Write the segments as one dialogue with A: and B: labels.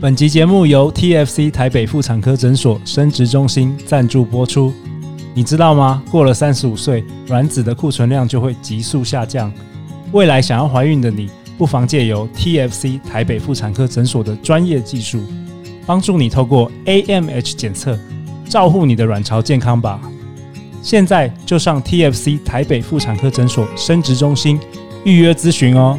A: 本集节目由 TFC 台北妇产科诊所生殖中心赞助播出。你知道吗？过了三十五岁，卵子的库存量就会急速下降。未来想要怀孕的你，不妨借由 TFC 台北妇产科诊所的专业技术，帮助你透过 AMH 检测，照护你的卵巢健康吧。现在就上 TFC 台北妇产科诊所生殖中心预约咨询哦。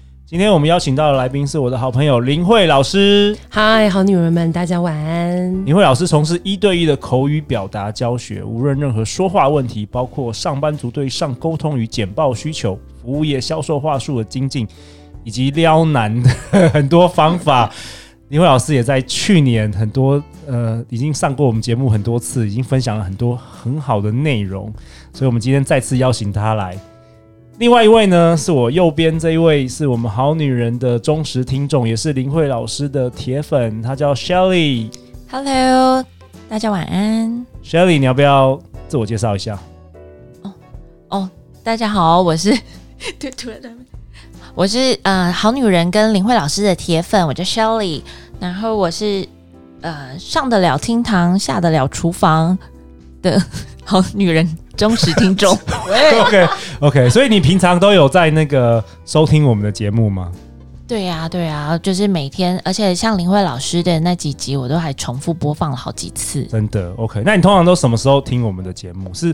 A: 今天我们邀请到的来宾是我的好朋友林慧老师。
B: 嗨，好女人们，大家晚安。
A: 林慧老师从事一对一的口语表达教学，无论任何说话问题，包括上班族对上沟通与简报需求、服务业销售话术的精进，以及撩男的很多方法。林慧老师也在去年很多呃已经上过我们节目很多次，已经分享了很多很好的内容，所以我们今天再次邀请她来。另外一位呢，是我右边这一位，是我们好女人的忠实听众，也是林慧老师的铁粉，她叫 Shelly。
C: Hello，大家晚安。
A: Shelly，你要不要自我介绍一下？
C: 大家好，我 是突突然间，我是呃好女人跟林慧老师的铁粉，我叫 Shelly，然后我是呃上得了厅堂，下得了厨房的 好女人忠实听 众。哎
A: OK OK，所以你平常都有在那个收听我们的节目吗？
C: 对呀、对呀、就是每天，而且像林慧老师的那几集，我都还重复播放了好几次。
A: 真的 OK，那你通常都什么时候听我们的节目？是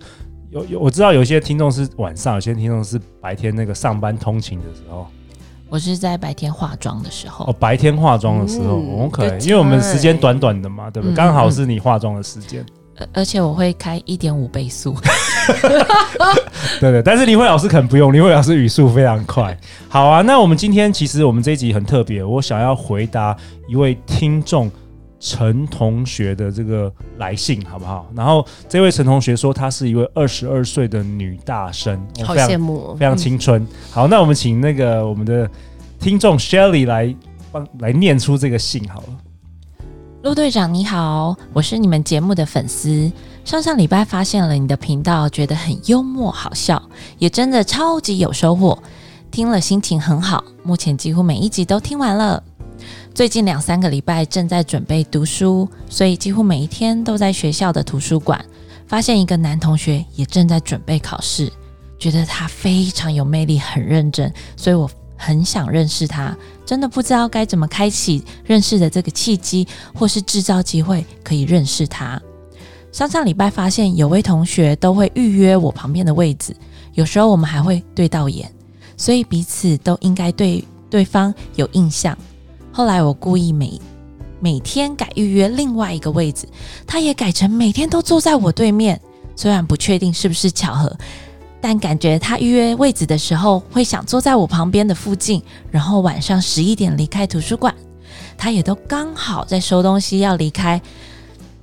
A: 有有我知道有些听众是晚上，有些听众是白天那个上班通勤的时
C: 哦
A: 候，
C: 我是在白天化妆的时候，
A: 哦，白天化妆的时候、
B: 嗯
A: OK，
B: good
A: 因为我们时间短短的嘛，对不对？
C: 嗯
A: 刚、好是你化妆的时间，
C: 呃而且我会开一点五倍速。
A: 对对，但是林慧老师可能不用，林慧老师语速非常快。好啊，那我们今天其实我们这一集很特别，我想要回答一位听众陈同学的这个来信，好不好？然后这位陈同学说，她是一位二十二岁的女大生，我
B: 好
A: 非常
B: 羡慕哦
A: 非，常青春。好，那我们请那个我们的听众 Shelly 来帮来念出这个信好了。
C: 陆队长你好，我是你们节目的粉丝。上上礼拜发现了你的频道，觉得很幽默好笑，也真的超级有收获，听了心情很好。目前几乎每一集都听完了。最近两三个礼拜正在准备读书，所以几乎每一天都在学校的图书馆。发现一个男同学也正在准备考试，觉得他非常有魅力，很认真，所以我很想认识他。真的不知道该怎么开启认识的这个契机，或是制造机会可以认识他。上上礼拜发现有位同学都会预约我旁边的位置，有时候我们还会对到眼，所以彼此都应该对对方有印象。后来我故意每每天改预约另外一个位置，他也改成每天都坐在我对面。虽然不确定是不是巧合，但感觉他预约位置的时候会想坐在我旁边的附近，然后晚上十一点离开图书馆。他也都刚好在收东西要离开。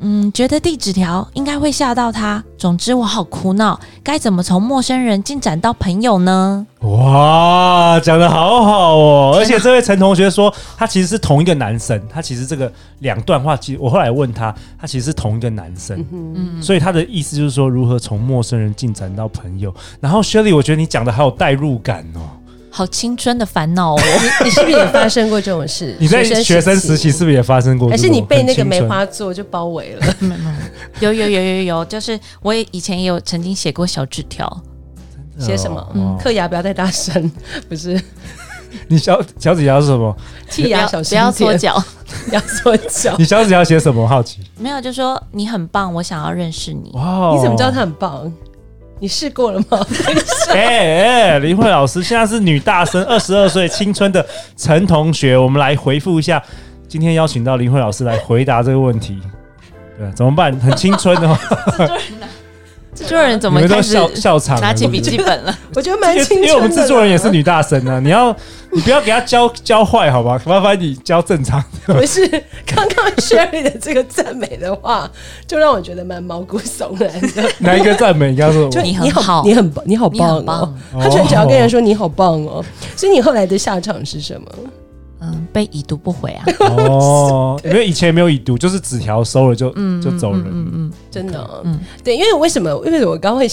C: 嗯，觉得递纸条应该会吓到他。总之，我好苦恼，该怎么从陌生人进展到朋友呢？
A: 哇，讲的好好哦！而且这位陈同学说，他其实是同一个男生，他其实这个两段话，其实我后来问他，他其实是同一个男生，
C: 嗯，
A: 所以他的意思就是说，如何从陌生人进展到朋友。然后 Shirley，我觉得你讲的好有代入感哦。？
C: 好青春的烦恼哦。
B: 你是不是也发生过这种事
A: 你在学生时期是不是也发生过这
B: 还
A: 种？
B: 是你被那
A: 很
B: 个
A: 青
B: 梅
A: 春
B: 花座就包围了？
C: 有有有有有，就是我也以前也有曾经写过小纸条，
B: 写什么
A: 嗯
B: 刻牙不要太大声， 不是
A: 你小小指条是什么？
B: 剔
C: 不
B: 牙
C: 要
B: 小
C: 不
B: 心
C: 要搓
B: 点，
C: 脚，
B: 不要搓脚。
A: 你小指条写什么？我好奇。
C: 没有就说你很棒，我想要认识你。
A: 哇哦
B: 你怎么知道他很棒？你试过了 吗？
A: 哎哎，林慧老师现在是女大生，二十二岁，青春的陈同学，我们来回复一下，今天邀请到林慧 老师来回答这个问题。对，怎么办？很青春哦。
C: 制作人怎
A: 你
C: 么
A: 们
C: 开
A: 都
C: 始
A: 笑笑场了，
C: 拿起
A: 是不
C: 笔
A: 是
C: 记本了？
B: 我觉得蛮
A: 因为
B: 青
A: 因
B: 春的。
A: 为我们制作人也是，女大神啊，你要你不要给她教教坏好吧？麻烦你教正 常。
B: 不是刚刚 Sherry 的这个赞美的话，就让我觉得蛮毛骨悚然 的。
A: 哪一个赞美？你告诉我
B: 就，
C: 你很
B: 你
C: 好
B: 你很棒，你好
C: 你
B: 棒
C: 很
B: 哦
C: 棒！，
B: 他就只要跟人说你好棒哦，所以你后来的下场是什么？
C: 嗯，被已读不回啊，
A: 哦，因为以前没有已读，就是纸条收了就
C: 嗯，
A: 就走
C: 嗯嗯
A: 人。
C: 嗯
B: 真的、哦，
C: 嗯
B: 对，因为为什么？因为我刚会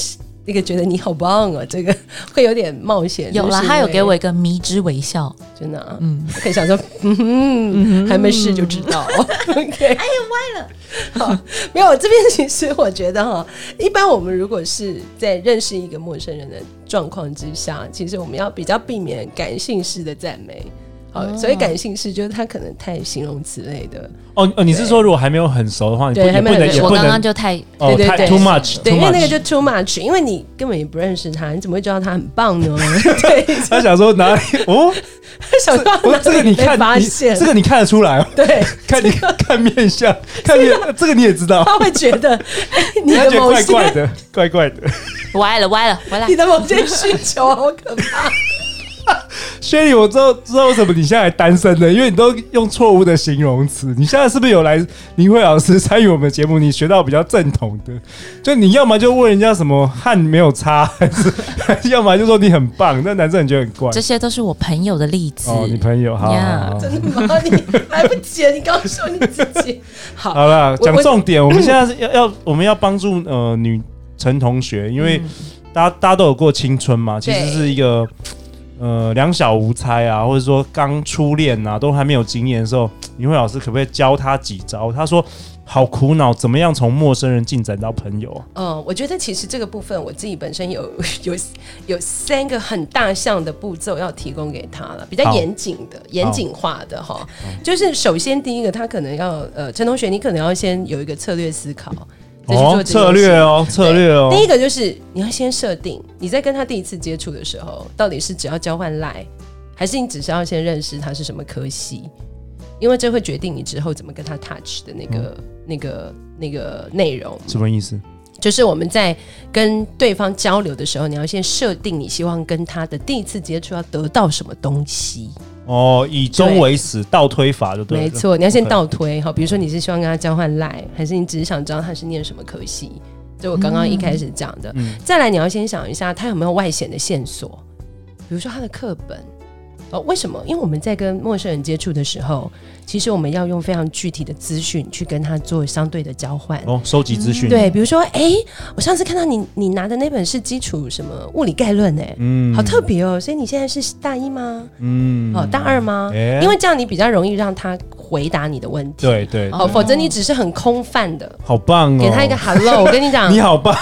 B: 那个觉得你好棒哦，这个会有点冒险。
C: 嗯， 有啦，
B: 就是因为
C: 他有给我一个迷之微笑，
B: 真的、啊，
C: 嗯，
B: 可以想说，嗯，还没试就知道。OK，哎呀，歪 了。好，没有，这边其实我觉得哈，一般我们如果是在认识一个陌生人的状况之下，其实我们要比较避免感性式的赞美。好，
C: 哦
B: 所以感性式就是他可能太形容词类的，
A: 哦哦，你是说如果还没有很熟的话，你不
B: 对
A: 也
B: 还
A: 不
B: 没有
A: 能
B: 很
A: 也
B: 熟
C: 我
A: 不
C: 刚刚
A: 能
C: 就太
A: 哦
B: 对对
A: 太
B: 对
A: too much，too
B: 对，因为那个
A: much。
B: 就 too much，因为你根本也不认识他，你怎么会知道他很棒 呢？对，
A: 他想说哪 里？哦，
B: 想 到
A: 哦
B: 哪
A: 这个
B: 里
A: 你
B: 被
A: 看，
B: 发
A: 你
B: 现，
A: 这个你看得出来 哦，
B: 对，
A: 看你 看面 相，看面呃这个你也知道，
B: 他会觉得、哎你
A: 他
B: 的
A: 觉得
B: 某
A: 怪
B: 些
A: 怪的，怪怪的。
C: 歪了歪了歪了
B: 你，的某些需求好可怕。
A: 薛礼，我知道知道为什么你现在还单身了，因为你都用错误的形容词。你现在是不是有来啊林慧老师参与我们的节目？你学到比较正统的，就你要么就问人家什么汗没有擦，还是 要么就说你很棒。那男生你觉得很怪
C: 这些都是我朋友的例子。
A: 哦，你朋友好
C: 呀
A: 好好
B: 真的吗？你来不及了，你刚说你自己好。
A: 好了，
B: 我
A: 讲重 点，我们现在是要要我们要帮助呃女陈同学，因为大家大家都有过青春嘛，其
B: 嗯对
A: 实是一个呃两小无猜啊，或者说刚初恋啊，都还没有经验的时候，林慧老师可不可以教她几招？她说好苦恼，怎么样从陌生人进展到朋友啊？
B: 嗯，我觉得其实这个部分我自己本身有 有有三个很大项的步骤要提供给他了，比较
A: 好
B: 严谨的、严谨化的哈。就是首先第一个，他可能要呃，陈同学，你可能要先有一个策略思考，再去做这件事
A: 策略哦，策略哦，
B: 第一个就是你要先设定，你在跟他第一次接触的时候，到底是只要交换赖，还是你只是要先认识他是什么科系？因为这会决定你之后怎么跟他 touch 的那个、
A: 嗯
B: 那个、那个内容。
A: 什么意思？
B: 就是我们在跟对方交流的时候，你要先设定你希望跟他的第一次接触要得到什么东西。
A: 哦，以终为始，倒推法就对了。
B: 没错，你要先
A: OK
B: 倒推哈，比如说你是希望跟他交换赖，还是你只是想知道他是念什么科系？就我刚刚一开始讲的。
A: 嗯
B: 再来，你要先想一下他有没有外显的线索，比如说他的课本。哦，为什么？因为我们在跟陌生人接触的时候，其实我们要用非常具体的资讯去跟他做相对的交换。
A: 哦，收集资讯。
B: 对，，比如说，哎、我上次看到你你拿的那本是基础什么物理概论、哎、
A: 嗯
B: 好特别哦。所以你现在是大一吗？
A: 嗯
B: 哦，大二吗？
A: 哎
B: 因为这样你比较容易让他回答你的问题。
A: 对对，
B: 哦，
A: 对
B: 否则你只是很空泛的，
A: 好棒哦！
B: 给他一个 hello。我跟你讲
A: 你，好棒，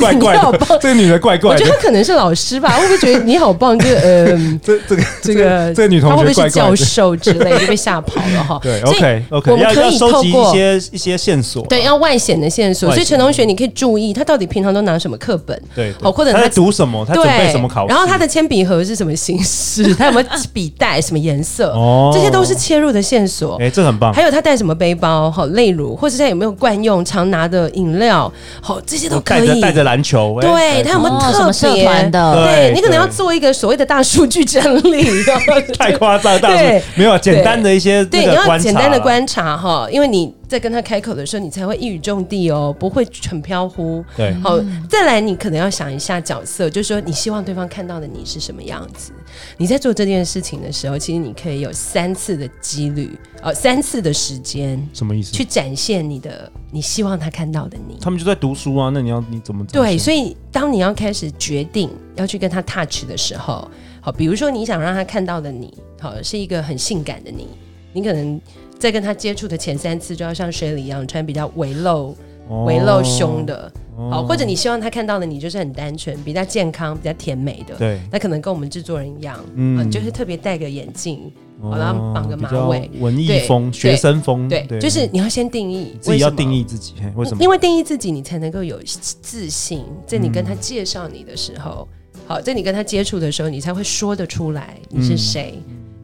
A: 怪怪
B: 嗯你好
A: 的，
B: 棒
A: 这个女的怪
B: 我
A: 怪
B: 觉
A: 的
B: 得，他可能是老师吧，会不会觉得你好棒？就 呃，
A: 这这个
B: 这个
A: 这个女同
B: 他会不
A: 学
B: 会
A: 怪
B: 是
A: 怪
B: 教
A: 的。
B: 授之类就被吓跑了哈？
A: 对哦
B: 所以
A: ，OK
B: 我
A: OK，
B: 们
A: 要
B: 可
A: 要
B: 以
A: 收集
B: 透
A: 一
B: 过
A: 些一些线索啊，
B: 对，要外显的线索。
A: 外显
B: 所以陈同学，你可以注意他到底平常都拿什么课本，
A: 对，
B: 好哦或者
A: 他
B: 他
A: 在读什么，他准备
B: 对，
A: 什么考试，
B: 然后他的铅笔盒是什么形式， 他有没有笔袋，什么颜色，
A: 哦
B: 这些都是切入的线索。
A: 哎，这很棒，
B: 还有他带什么背包，好，例如或者他有没有惯用常拿的饮料，好，这些都可
A: 哦带
B: 以。
A: 着带着篮球，哎
B: 对他有没有
C: 哦
B: 特别
C: 什么社团的？
A: 对
B: 对你可能要
A: 对
B: 做一个所谓的大数据整理，
A: 太夸张，大
B: 对
A: 叔没有简单的一些
B: 对，
A: 那
B: 你
A: 个
B: 要
A: 观察啊
B: 简单的
A: 啦，
B: 观察哈，因为你在跟他开口的时候，你才会一语中的哦，不会很飘忽。
A: 对，
B: 好，再来，你可能要想一下角色，就是说你希望对方看到的你是什么样子。你在做这件事情的时候，其实你可以有三次的几率，呃，三次的时间
A: 什么意思
B: 去？展现你的你希望他看到的你。
A: 他们就在读书啊，那你要你怎么
B: 对，所
A: 以
B: 以当你要开始决定要去跟他 touch 的时候，好，比如说你想让他看到的你，好，是一个很性感的你，你可能在跟他接触的前三次就要像水里一样穿比较微露、微露胸，的，
A: 哦
B: 好，或者你希望他看到的你就是很单纯、比较健康、比较甜美的，
A: 对，
B: 那可能跟我们制作人一样，
A: 嗯
B: 嗯、就是特别戴个眼镜，
A: 哦
B: 好然后绑个马尾，
A: 比较文艺
B: 对
A: 风、学
B: 对
A: 生风，
B: 对，就是你要先定义，
A: 嗯自己要定
B: 义。
A: 义自己，嘿为什么
B: 因？为定义自己，你才能够有自信。在你跟他介绍你的时候，
A: 嗯
B: 好，在你跟他接
A: 嗯
B: 触的时候，你才会说得出来你是谁。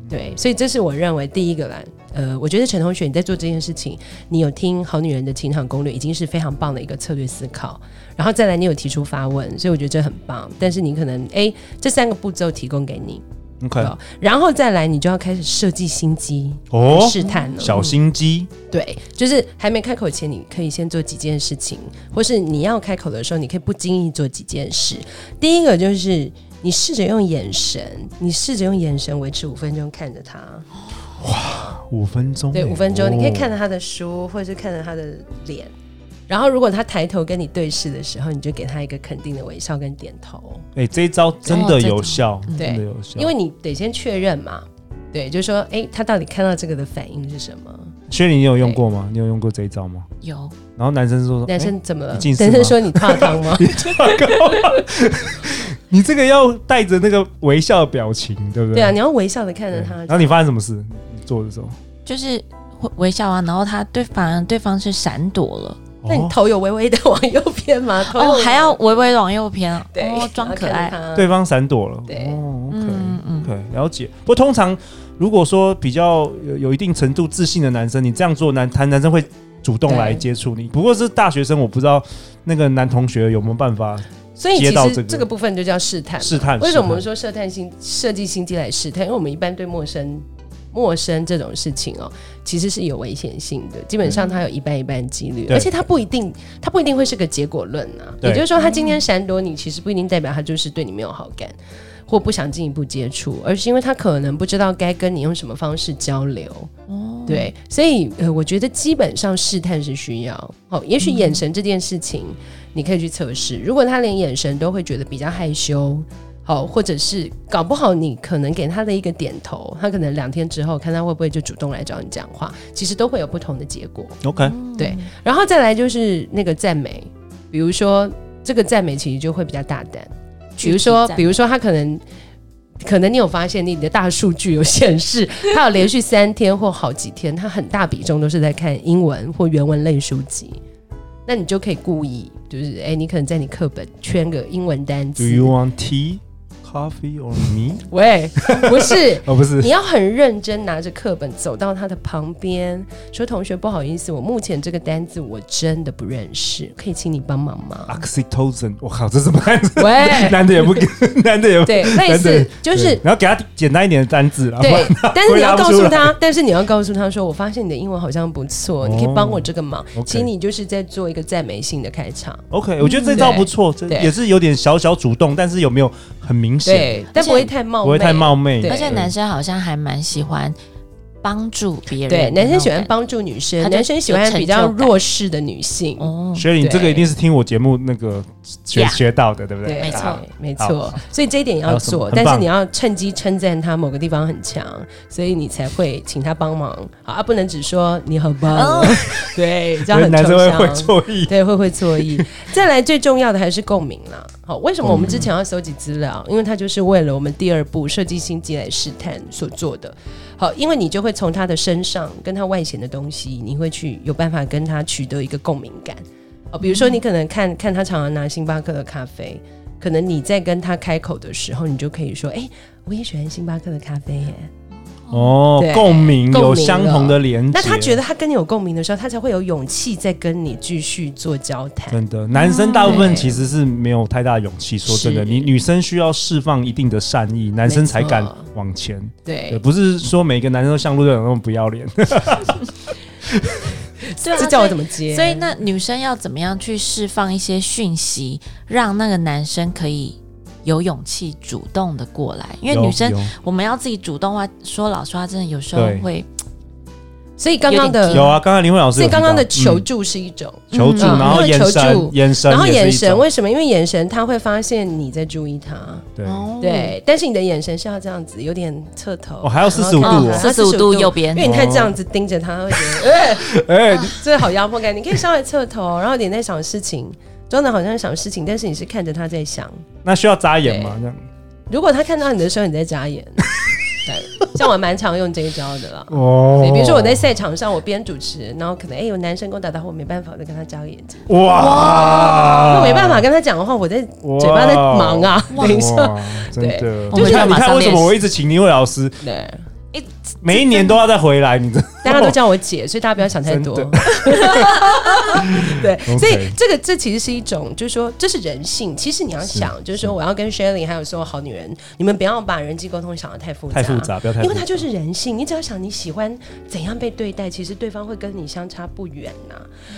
B: 对，所以这是我认为第一个啦，呃，我觉得陈同学你在做这件事情，你有听《好女人的情场攻略》，已经是非常棒的一个策略思考。然后再来，你有提出发问，所以我觉得这很棒。但是你可能哎，这三个步骤提供给你，
A: OK，
B: 对然后再来，你就要开始设计心机、
A: 哦，
B: 试探了。
A: 小心机，
B: 对，就是还没开口前，你可以先做几件事情，或是你要开口的时候，你可以不经意做几件事。第一个就是你试着用眼神，你试着用眼神维持五分钟看着他，
A: 五分钟，
B: 对，
A: 哎
B: 五分钟，你可以看
A: 哦
B: 着他的书，或者是看着他的脸。然后，如果他抬头跟你对视的时候，你就给他一个肯定的微笑跟点头，
A: 哎，这一招真的
C: 哦这
A: 有
C: 招
A: 效，
C: 嗯
A: 真的有效，
B: 因为你得先确认嘛。对，就是说，哎，他到底看到这个的反应是什么？
A: 薛你你有用过吗？你有用过这一招吗？
C: 有
A: 然后男生说，
B: 男
A: 哎
B: 生怎么了？
A: 你近视
B: 男生
A: 吗
B: 说你怕汤吗？
A: 你这个要带着那个微笑的表情，对不对？
B: 对啊，你要微笑的看
A: 对
B: 着他
A: 然。后你发生什么事？你做的时候，
C: 就是微微笑啊，然后他对反而对方是闪躲了，
B: 那你
A: 哦
B: 头有微微的往右偏吗？头有
C: 哦，还要微微往右偏啊，
B: 对
C: 哦，装可爱，
B: 然后看着他
A: 对方闪躲了，
B: 对
A: 哦，OK，
C: 嗯嗯
A: OK，了解。不过通常如果说比较有有一定程度自信的男生，你这样做男谈男生会主动来
B: 对
A: 接触你。不过是大学生，我不知道那个男同学有没有办法
B: 所以
A: 接
B: 其
A: 到这
B: 实
A: 个
B: 这个部分就叫试探。
A: 试探。
B: 为什么我们
A: 试
B: 说试探心设计心机来试探？因为我们一般对陌生陌生这种事情哦，其实是有危险性的。基本上它有一半一半几
A: 嗯
B: 率，
A: 对
B: 而且它不一定，它不一定会是个结果论啊。
A: 对
B: 也就是说，他今天闪躲你，其实不一定代表他就是对你没有好感。或不想进一步接触，而是因为他可能不知道该跟你用什么方式交流。
C: 哦，
B: 对，所以呃，我觉得基本上试探是需要。哦，也
A: 嗯
B: 许眼神这件事情，你可以去测试。如果他连眼神都会觉得比较害羞，好、或者是搞不好你可能给他的一个点头，他可能两天之后看他会不会就主动来找你讲话，其实都会有不同的结果。
A: 探 OK，
B: 对，然后再来就是那个赞美，比如说这个赞美其实就会比较大胆，比如说，比
C: 如
B: 如说他可能。可能你有发现，你的大数据有显示，他有连续三天或好几天，他很大比重都是在看英文或原文类书籍。那你就可以故意，就是哎、你可能在你课本圈个英文单
A: Do you
B: 词。
A: want tea, coffee or me？
B: 喂，不是，
A: 哦，不 是
B: 你要很认真拿着课本走到他的旁边，说：“同学，不好意思，我目前这个单字我真的不认识，可以请你帮忙
A: 啊
B: 吗？”
A: ，oxytocin。我靠，这什么单字？
B: 喂
A: 男的也不， 男的也不。
B: 哎对，类
A: 等
B: 似
A: 等
B: 就是
A: 对然后给他简单一点的单字啦。
B: 对，但是你要告
A: 回
B: 诉
A: 答
B: 他， 但是你要告诉他说，我发现你的英文好像不错，
A: 哦
B: 你可以帮我这个忙。
A: OK
B: 其实你就是在做一个赞美性的开场，
A: OK，我觉得这招
B: 嗯对
A: 不错，这
B: 对
A: 也是有点小小主动，但是有没有很明显？
B: 对，但不会太冒昧，
A: 不会太冒昧。
B: 对
C: 而且男生好像还蛮喜欢帮助别人的
B: 对，
C: 那种感觉，
B: 男生喜欢帮助女
C: 他
B: 生，
C: 就
B: 男生喜
C: 有
B: 欢
C: 成
B: 比较
C: 就感
B: 弱势的女性。
C: 哦，
A: 雪玲，
B: 嗯对
A: 这个一定是听我节目那个学
C: Yeah
A: 学到的，对不对？
B: 对，啊
C: 没错
A: 好，
B: 没错。所以这一点也
A: 还
B: 要
A: 有什么
B: 做，
A: 很棒
B: 但是你要趁机称赞他某个地方很强，所以你才会请他帮忙。好，啊，不能只说你很棒哦， 对，这样
A: 所以
B: 很
A: 男生
B: 抽
A: 会
B: 象。
A: 会错意。
B: 对，会会错意。再来最重要的还是共鸣啦。好，为什么我们之前要搜集资料？因为它就是为了我们第二步设计心机来试探所做的。好，因为你就会从他的身上跟他外显的东西，你会去有办法跟他取得一个共鸣感。哦，比如说你可能看看他常常拿星巴克的咖啡，可能你在跟他开口的时候，你就可以说：“哎、我也喜欢星巴克的咖啡耶。”
A: 哦
B: 对，
A: 共鸣
B: 共鸣
A: 有相同的连接。
B: 那他觉得他跟你有共鸣的时候，他才会有勇气再跟你继续做交谈。
A: 真的，男生大部分
B: 对
A: 其实是没有太大勇气。说真的，
B: 是
A: 你女生需要释放一定的善意，男生才敢
B: 没错
A: 往前。
B: 对
A: 对，，不是说每个男生都像陆队长那么不要脸。
C: 对啊
B: 这叫我怎
C: 么？
B: 么接？
C: 所以那女生要怎么样去释放一些讯息，让那个男生可以有勇气主动的过来？因为
A: 有
C: 女生
A: 有
B: 嗯
C: 我们要自己主动话，说老实话，真的有时候
A: 对
C: 会
B: 所以刚刚
C: 有点
B: 的
A: 有啊，刚刚林慧老师
B: 所
A: 有
B: 以
A: 提到
B: 刚刚的求
A: 嗯
B: 助是一种，
A: 求助，
B: 嗯
A: 然后
B: 因为
A: 眼
B: 求
A: 神
B: 助
A: 眼神，
B: 然后眼神，为什么？因为眼神他会发现你在注意他，
A: 对。
C: 哦，
B: 对，但是你的眼神是要这样子，有点侧头，
A: 哦还要45
B: 然后看
A: 度
B: 还
A: 哦
B: 要
C: 四十五
B: 45
C: 度右边
B: 因为你太这样子盯着他，会觉得哎，
A: 哎，
B: 这好压迫感。你可以稍微侧头，然后有点在想事情，装的好像想事情，但是你是看着他在想。
A: 那需要眨眼吗？这样
B: 如果他看到你的时候，你在眨眼，对，像我蛮常用这一招的啦。
A: 哦
B: 对，比如说我在赛场上，我边主持，然后可能哎、有男生跟我打招呼，我没办法，我就跟他眨个眼睛。
A: 哇，
B: 那没办法跟他讲的话，我在
A: 啊哇，哦
B: 嘴巴在忙啊，
A: 哇，
B: 等一下，
A: 真的，就
B: 对
C: 我们
A: 是
C: 就要
A: 你
C: 马上
A: 看为什
C: 练
A: 么
C: 习
A: 我一直请林慧老师
B: 对，
A: 每一年都要再回来，你知道
B: 大家都叫我姐，所以大家不要想太多。
A: 哦真
B: 对，所以
A: OK
B: 这个这其实是一种，就是说这是人性。其实你要想，就是说我要跟 Shelly 还有所有好女人，你们不要把人际沟通想的太复杂，
A: 太复杂，不要太
B: 因
A: 复
B: 为
A: 杂
B: 它。就是人性，你只要想你喜欢怎样被对待，其实对方会跟你相差不远呐、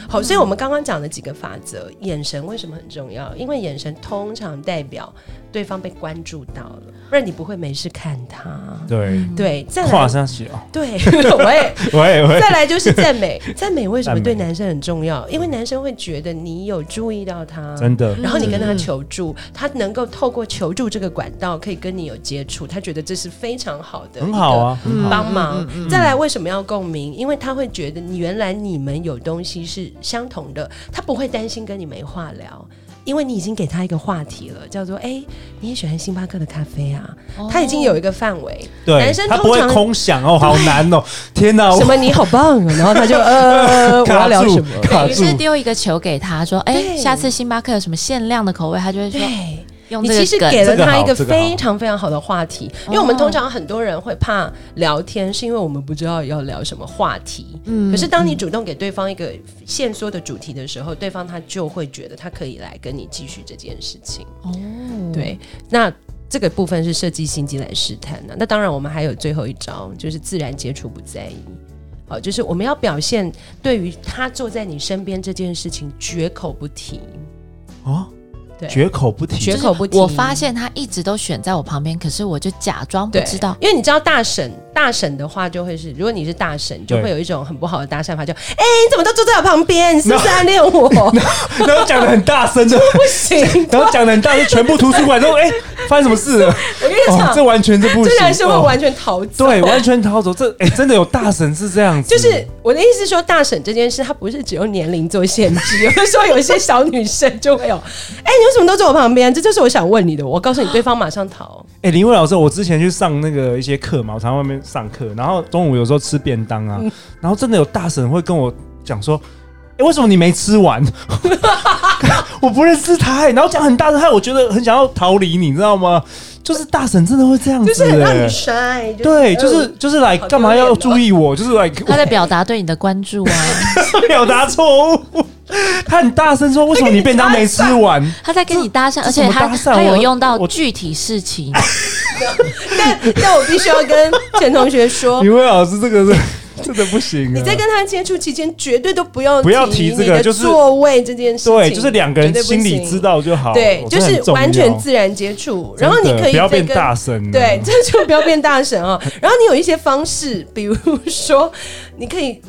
B: 好，所以我们刚刚讲的几个法则，眼神为什么很重要？因为眼神通常代表对方被关注到了，不然你不会没事看他。
A: 对，
B: 对，再
A: 跨
B: 来，
A: 上去哦，
B: 对， 我也
A: 喂喂，
B: 再来就是赞 美，赞美为什
A: 赞
B: 么
A: 美
B: 对男生很重要？因为男生会觉得你有注意到他，
A: 真的，
B: 然后你跟他
C: 嗯
B: 求助，他能够透过求助这个管道可以跟你有接触，他觉得这是非常好的，
A: 很好。啊，
C: 嗯
A: 很好。
B: 帮忙，再来为什么要共鸣？因为他会觉得你原来你们有东西是相同的，他不会担心跟你没话聊，因为你已经给他一个话题了，叫做哎、你也喜欢星巴克的咖啡啊？他已经有一个范围，
A: 对
B: 男生，
A: 他不会
B: 通常
A: 空想哦，好难 哦，天哪，我
B: 什么你好棒，啊然后他就 呃，我要
A: 卡
B: 聊什
A: 住
B: 么？
A: 卡
C: 于
A: 住，
C: 是丢一个球给他，说：“哎、
B: 对
C: 下次星巴克有什么限量的口味？”他就会说
B: 对。：“
C: 用
B: 你
C: 这
B: 其实
C: 个梗。
B: 给
A: 这
B: 了
A: 个
B: 他一
A: 好
B: 个
A: 这个好
B: 非常非常好的话题，因为我们通常很多人会怕聊天，是因为我们不知道要聊什么话题。
C: 嗯
B: 可是当你主动给对方一个线索的主题的时候，对方他就会觉得他可以来跟你继续这件事情。
C: 哦，
B: 对，
A: 嗯
B: 那这个部分是设计心机来试探的、那当然，我们还有最后一招，就是自然接触不在意。好，就是我们要表现对于他坐在你身边这件事情绝口不提，
A: 哦，
B: 对，
A: 绝口不提
B: 绝口不提。
C: 我发现他一直都选在我旁边，可是我就假装不
B: 对，
C: 知道。
B: 因为你知道大婶，大婶的话就会是，如果你是大婶，就
A: 对
B: 会有一种很不好的搭讪法，就哎、你怎么都坐在我旁边？你是不是暗恋我？
A: 然后讲的很大声的，
B: 不行，
A: 然后讲的很大声，全部图书馆都哎，发生什么事了？
B: 我跟你
A: 哦
B: 讲，，
A: 这完全是不
B: 啊这
A: 行，
B: 男生会
A: 哦
B: 完全逃走。
A: 对，完全逃走。这哎，真的有大神是这样子，
B: 就是我的意思是说，大婶这件事，它不是只有年龄做限制， 有的时候有一些小女生就会有，哎、你为什么都坐我旁边？这就是我想问你的。我告诉你，对方马上逃。
A: 哎，林慧老师，我之前去上那个一些课嘛，我常在外面上课，然后中午有时候吃便当
B: 嗯
A: 啊，然后真的有大神会跟我讲说。哎、为什么你没吃完？ 我不认识他、欸，然后讲很大声，害我觉得很想要逃离，你知道吗？就是大神真的会这样子、欸，
B: 就是很让你筛，
A: 对，就是
B: 嗯
A: 就是来
B: 好
A: 干嘛
B: 丢脸
A: 要
B: 哦
A: 注意我？就是 来
C: 他在表达对你的关注啊，
A: 表达错误。他很大声说：“为什么你便当没吃完
C: 他在跟你搭讪，
A: 这
C: 而且他
A: 这怎么搭讪
C: 他有
A: 我
C: 用到
A: 我
C: 具体事情，
B: 但但我必须要跟陈同学？” 说，
A: 林慧老师，这个是真的不行、啊。
B: 你在跟他接触期间，绝对都不要
A: 不要提这个
B: 你的
A: 就是
B: 座位这件事情，
A: 对，就是两个人
B: 绝对不
A: 心里
B: 行
A: 知。道就好。
B: 对，
A: 我
B: 就
A: 觉得很
B: 是
A: 重
B: 完
A: 要
B: 全自然接触，然后你
A: 真的
B: 可以
A: 不要
B: 再
A: 变
B: 跟
A: 大声。啊
B: 对，，这就不要变大神 哦。然后你有一些方式，比如说，你可以，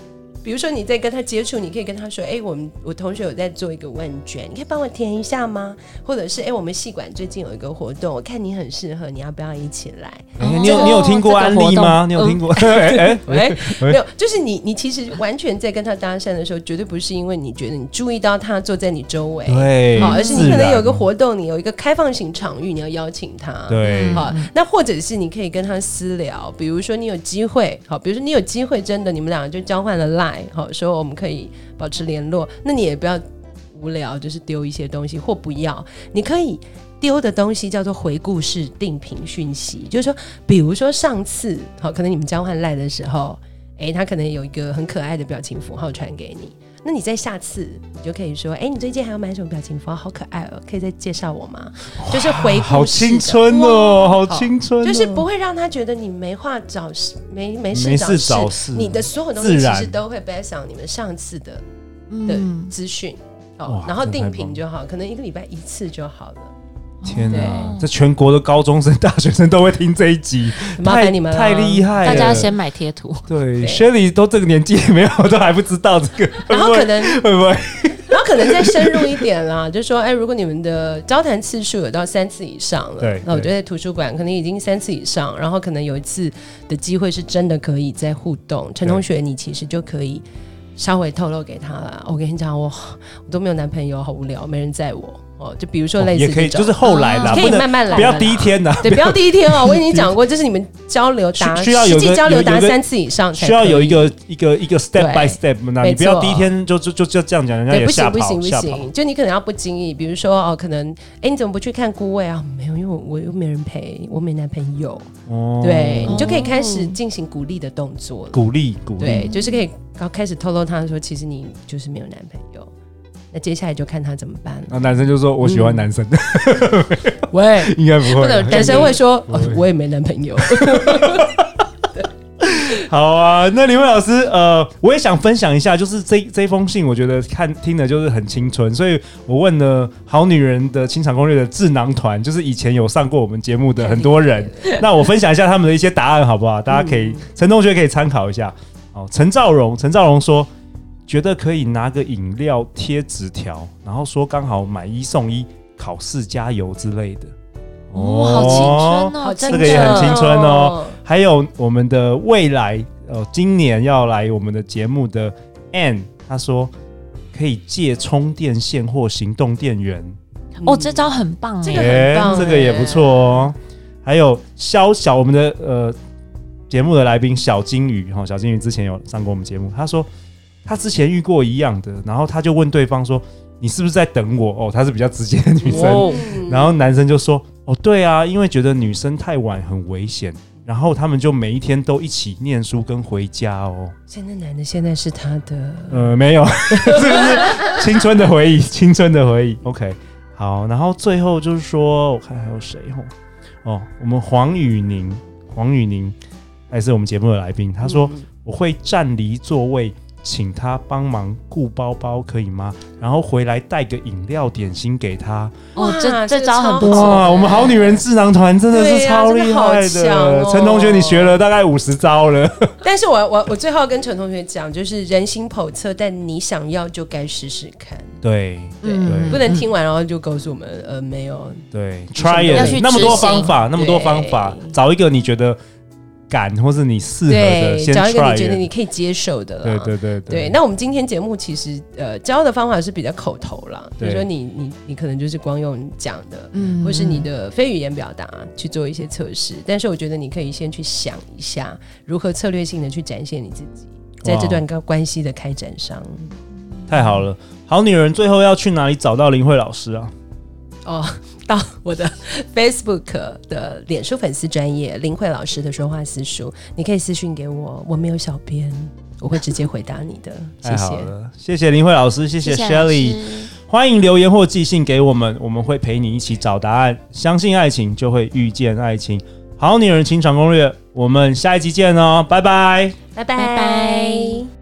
B: 比如说你在跟他接触，你可以跟他说：“哎、我们我同学有在做一个问卷，你可以帮我填一下吗？”或者是：“哎、我们系馆最近有一个活动，我看你很适合，你要不要一起 来
A: 哎
C: 哦
A: 你有你有听过
C: 这个
A: 安
C: 活
A: 利
C: 动
A: 吗？
B: 嗯
A: 你有听 过？哎哎？”
B: 喂，
A: 喂
B: 没有，就是你，你其实完全在跟他搭讪的时候，绝对不是因为你觉得你注意到他坐在你周围，哦
A: 对，
B: 好，而是你
A: 自
B: 可能
A: 然
B: 有一个活动，你有一个开放型场域，你要邀请他，
A: 对，
B: 嗯好，那或者是你可以跟他私聊，比如说你有机会，好，比如说你有机会真的你们两个就交换了 line，好，说我们可以保持联络，那你也不要无聊，就是丢一些东西或不要，你可以。丢的东西叫做回顾式定频讯息，就是说，比如说上次，好，可能你们交换 line 的时候，诶，他可能有一个很可爱的表情符号传给你，那你在下次你就可以说，诶，你最近还要买什么表情符号？好可爱哦，可以再介绍我吗？就是回顾式的
A: 好青春哦，好青春哦，
B: 就是不会让他觉得你没话找事，没没事
A: 没
B: 找事，
A: 事找事
B: 你的所有东西
A: 自
B: 其
A: 然
B: 实都会 based on 你们上次的的
C: 嗯，
B: 资讯。哦
A: 哇，
B: 然后
A: 真的太
B: 定
A: 棒
B: 频就好，可能一个礼拜一次就好了。
A: 天哪
C: 对！
A: 这全国的高中生、大学生都会听这一集，
B: 麻
A: 太
B: 烦你们了
A: 太厉害了！
C: 大家先买贴图，
A: 对，Shelly 都这个年纪没有，都还不知道这个，
B: 然后
A: 会不
B: 可
A: 会
B: 能，
A: 会不会？
B: 然后可能再深入一点啦， 就说，哎，如果你们的交谈次数有到三次以上了，
A: 对
B: 那我觉
A: 对
B: 得在图书馆可能已经三次以上，然后可能有一次的机会是真的可以再互动。陈
A: 对
B: 同学，你其实就可以稍微透露给他了。我跟你讲，我我都没有男朋友，好无聊，没人载我。哦，就比如说类
A: 也
B: 似
A: 可以，
B: 这种哦
A: 就是后来啦，
B: 可以
A: 不能
B: 慢慢来
A: 不要
B: 啦
A: 第一天呐，
B: 对，不要第一天哦，我已经 讲过，这是你们交流达
A: 需需要有
B: 实际
A: 个
B: 交流
A: 有
B: 达
A: 有个
B: 三次以上才
A: 需要
B: 可
A: 有
B: 以
A: 一个一个一个 step
B: 对
A: by step 那
B: 没
A: 你不要
B: 错
A: 第一天就就就就这样讲，人家
B: 对，
A: 也
B: 不
A: 吓
B: 行不
A: 跑
B: 行不
A: 吓跑。
B: 行，就你可能要不经意，比如说哦，可能哎，你怎么不去看姑位啊？没有，因为我我又没人陪，我没男朋友。
A: 哦
B: 对
C: 哦
B: 你就可以开始进行鼓励的动作了。
A: 鼓励鼓励，
B: 对，就是可以然后开始透露他说，其实你就是没有男朋友。那接下来就看他怎么办了。
A: 那男生就说我喜欢男生，
B: 喂，
A: 应该不
C: 不能
A: 会。
B: 嗯男生会说、
A: 不会
B: 哦我也没男朋友。
A: 好啊，那李慧老师，呃，我也想分享一下，就是这这封信，我觉得看听的就是很青春，所以我问了好女人的清场攻略的智囊团，就是以前有上过我们节目的很多 人，那我分享一下他们的一些答案好不好？大家可
C: 嗯
A: 以，陈同学可以参考一下。哦，陈兆荣，陈兆荣说，觉得可以拿个饮料贴纸条，然后说刚好买一送一，考试加油之类的。
C: 哇，哦好青春哦，
B: 好
C: 真
A: 这
C: 的
A: 个也很青春哦。还有我们的未来，呃，今年要来我们的节目的 Ann，她说可以借充电线或行动电源，
B: 嗯
C: 哦，这招很棒
B: 这
C: 哎
B: 个
A: 耶
B: 很棒
A: 这个也不错哦。还有肖小，我们的呃节目的来宾小金鱼哦哈、小金鱼之前有上过我们节目，他说他之前遇过一样的，然后他就问对方说：“你是不是在等我？”哦，她是比较直接的女生，
C: 哦
B: 嗯
A: 然后男生就说：“哦，对啊，因为觉得女生太晚很危险，然后他们就每一天都一起念书跟回家哦。
B: 现在男的现在是他的”
A: 呃，没有， 这个是青春的回忆，青春的回忆。OK，好，然后最后就是说，我看还有谁哦，哦，我们黄宇宁，黄宇宁还是我们节目的来宾，他说：“我会站离座位，请他帮忙顾包包，可以吗？然后回来带个饮料点心给他。”
C: 哦，
B: 哇
C: 这这
B: 这
C: 招很
B: 超
C: 不错
A: 哇，我们好女人智囊团真的
B: 哎对
A: 是
B: 呀
A: 超厉害
B: 真的好强
A: 的，
B: 哦
A: 陈、同学，你学了大概五十招了，
B: 但是我我我最后要跟陈同学讲，就是人心叵测，但你想要就该试试看，
A: 对
B: 对，
A: 嗯
B: 不能听完然后就告诉我们呃没有，
A: 对
B: 要
A: ，try
C: 去
A: it，那么多
C: 执行
A: 方法，那么多方法，找一个你觉得敢或是你适合的，
B: 对，
A: 先
B: 找一个
A: try，
B: 你觉得你
A: it
B: 可以接受的啦。
A: 对对对
B: 对那我们今天节目其实呃教的方法是比较口头啦，比
A: 对
B: 如说你你你可能就是光用讲的，
C: 嗯
B: 或是你的非语言表达去做一些测试，但是我觉得你可以先去想一下如何策略性的去展现你自己。在这段关关系的开展上，
A: 太好了。好女人最后要去哪里找到林慧老师啊？
B: 哦， 到我的 Facebook 的脸书粉丝专业林慧老师的说话私塾，你可以私讯给我，我没有小编，我会直接回答你的，谢
A: 太好
B: 谢。
A: 了，谢谢林慧老师，谢谢
C: 谢谢老
A: Shelly。
C: 师
A: 欢迎留言或寄信给我们，我们会陪你一起找答案。相信爱情，就会遇见爱情。好女人情场攻略，我们下一集见哦，拜拜。
B: 拜
C: 拜拜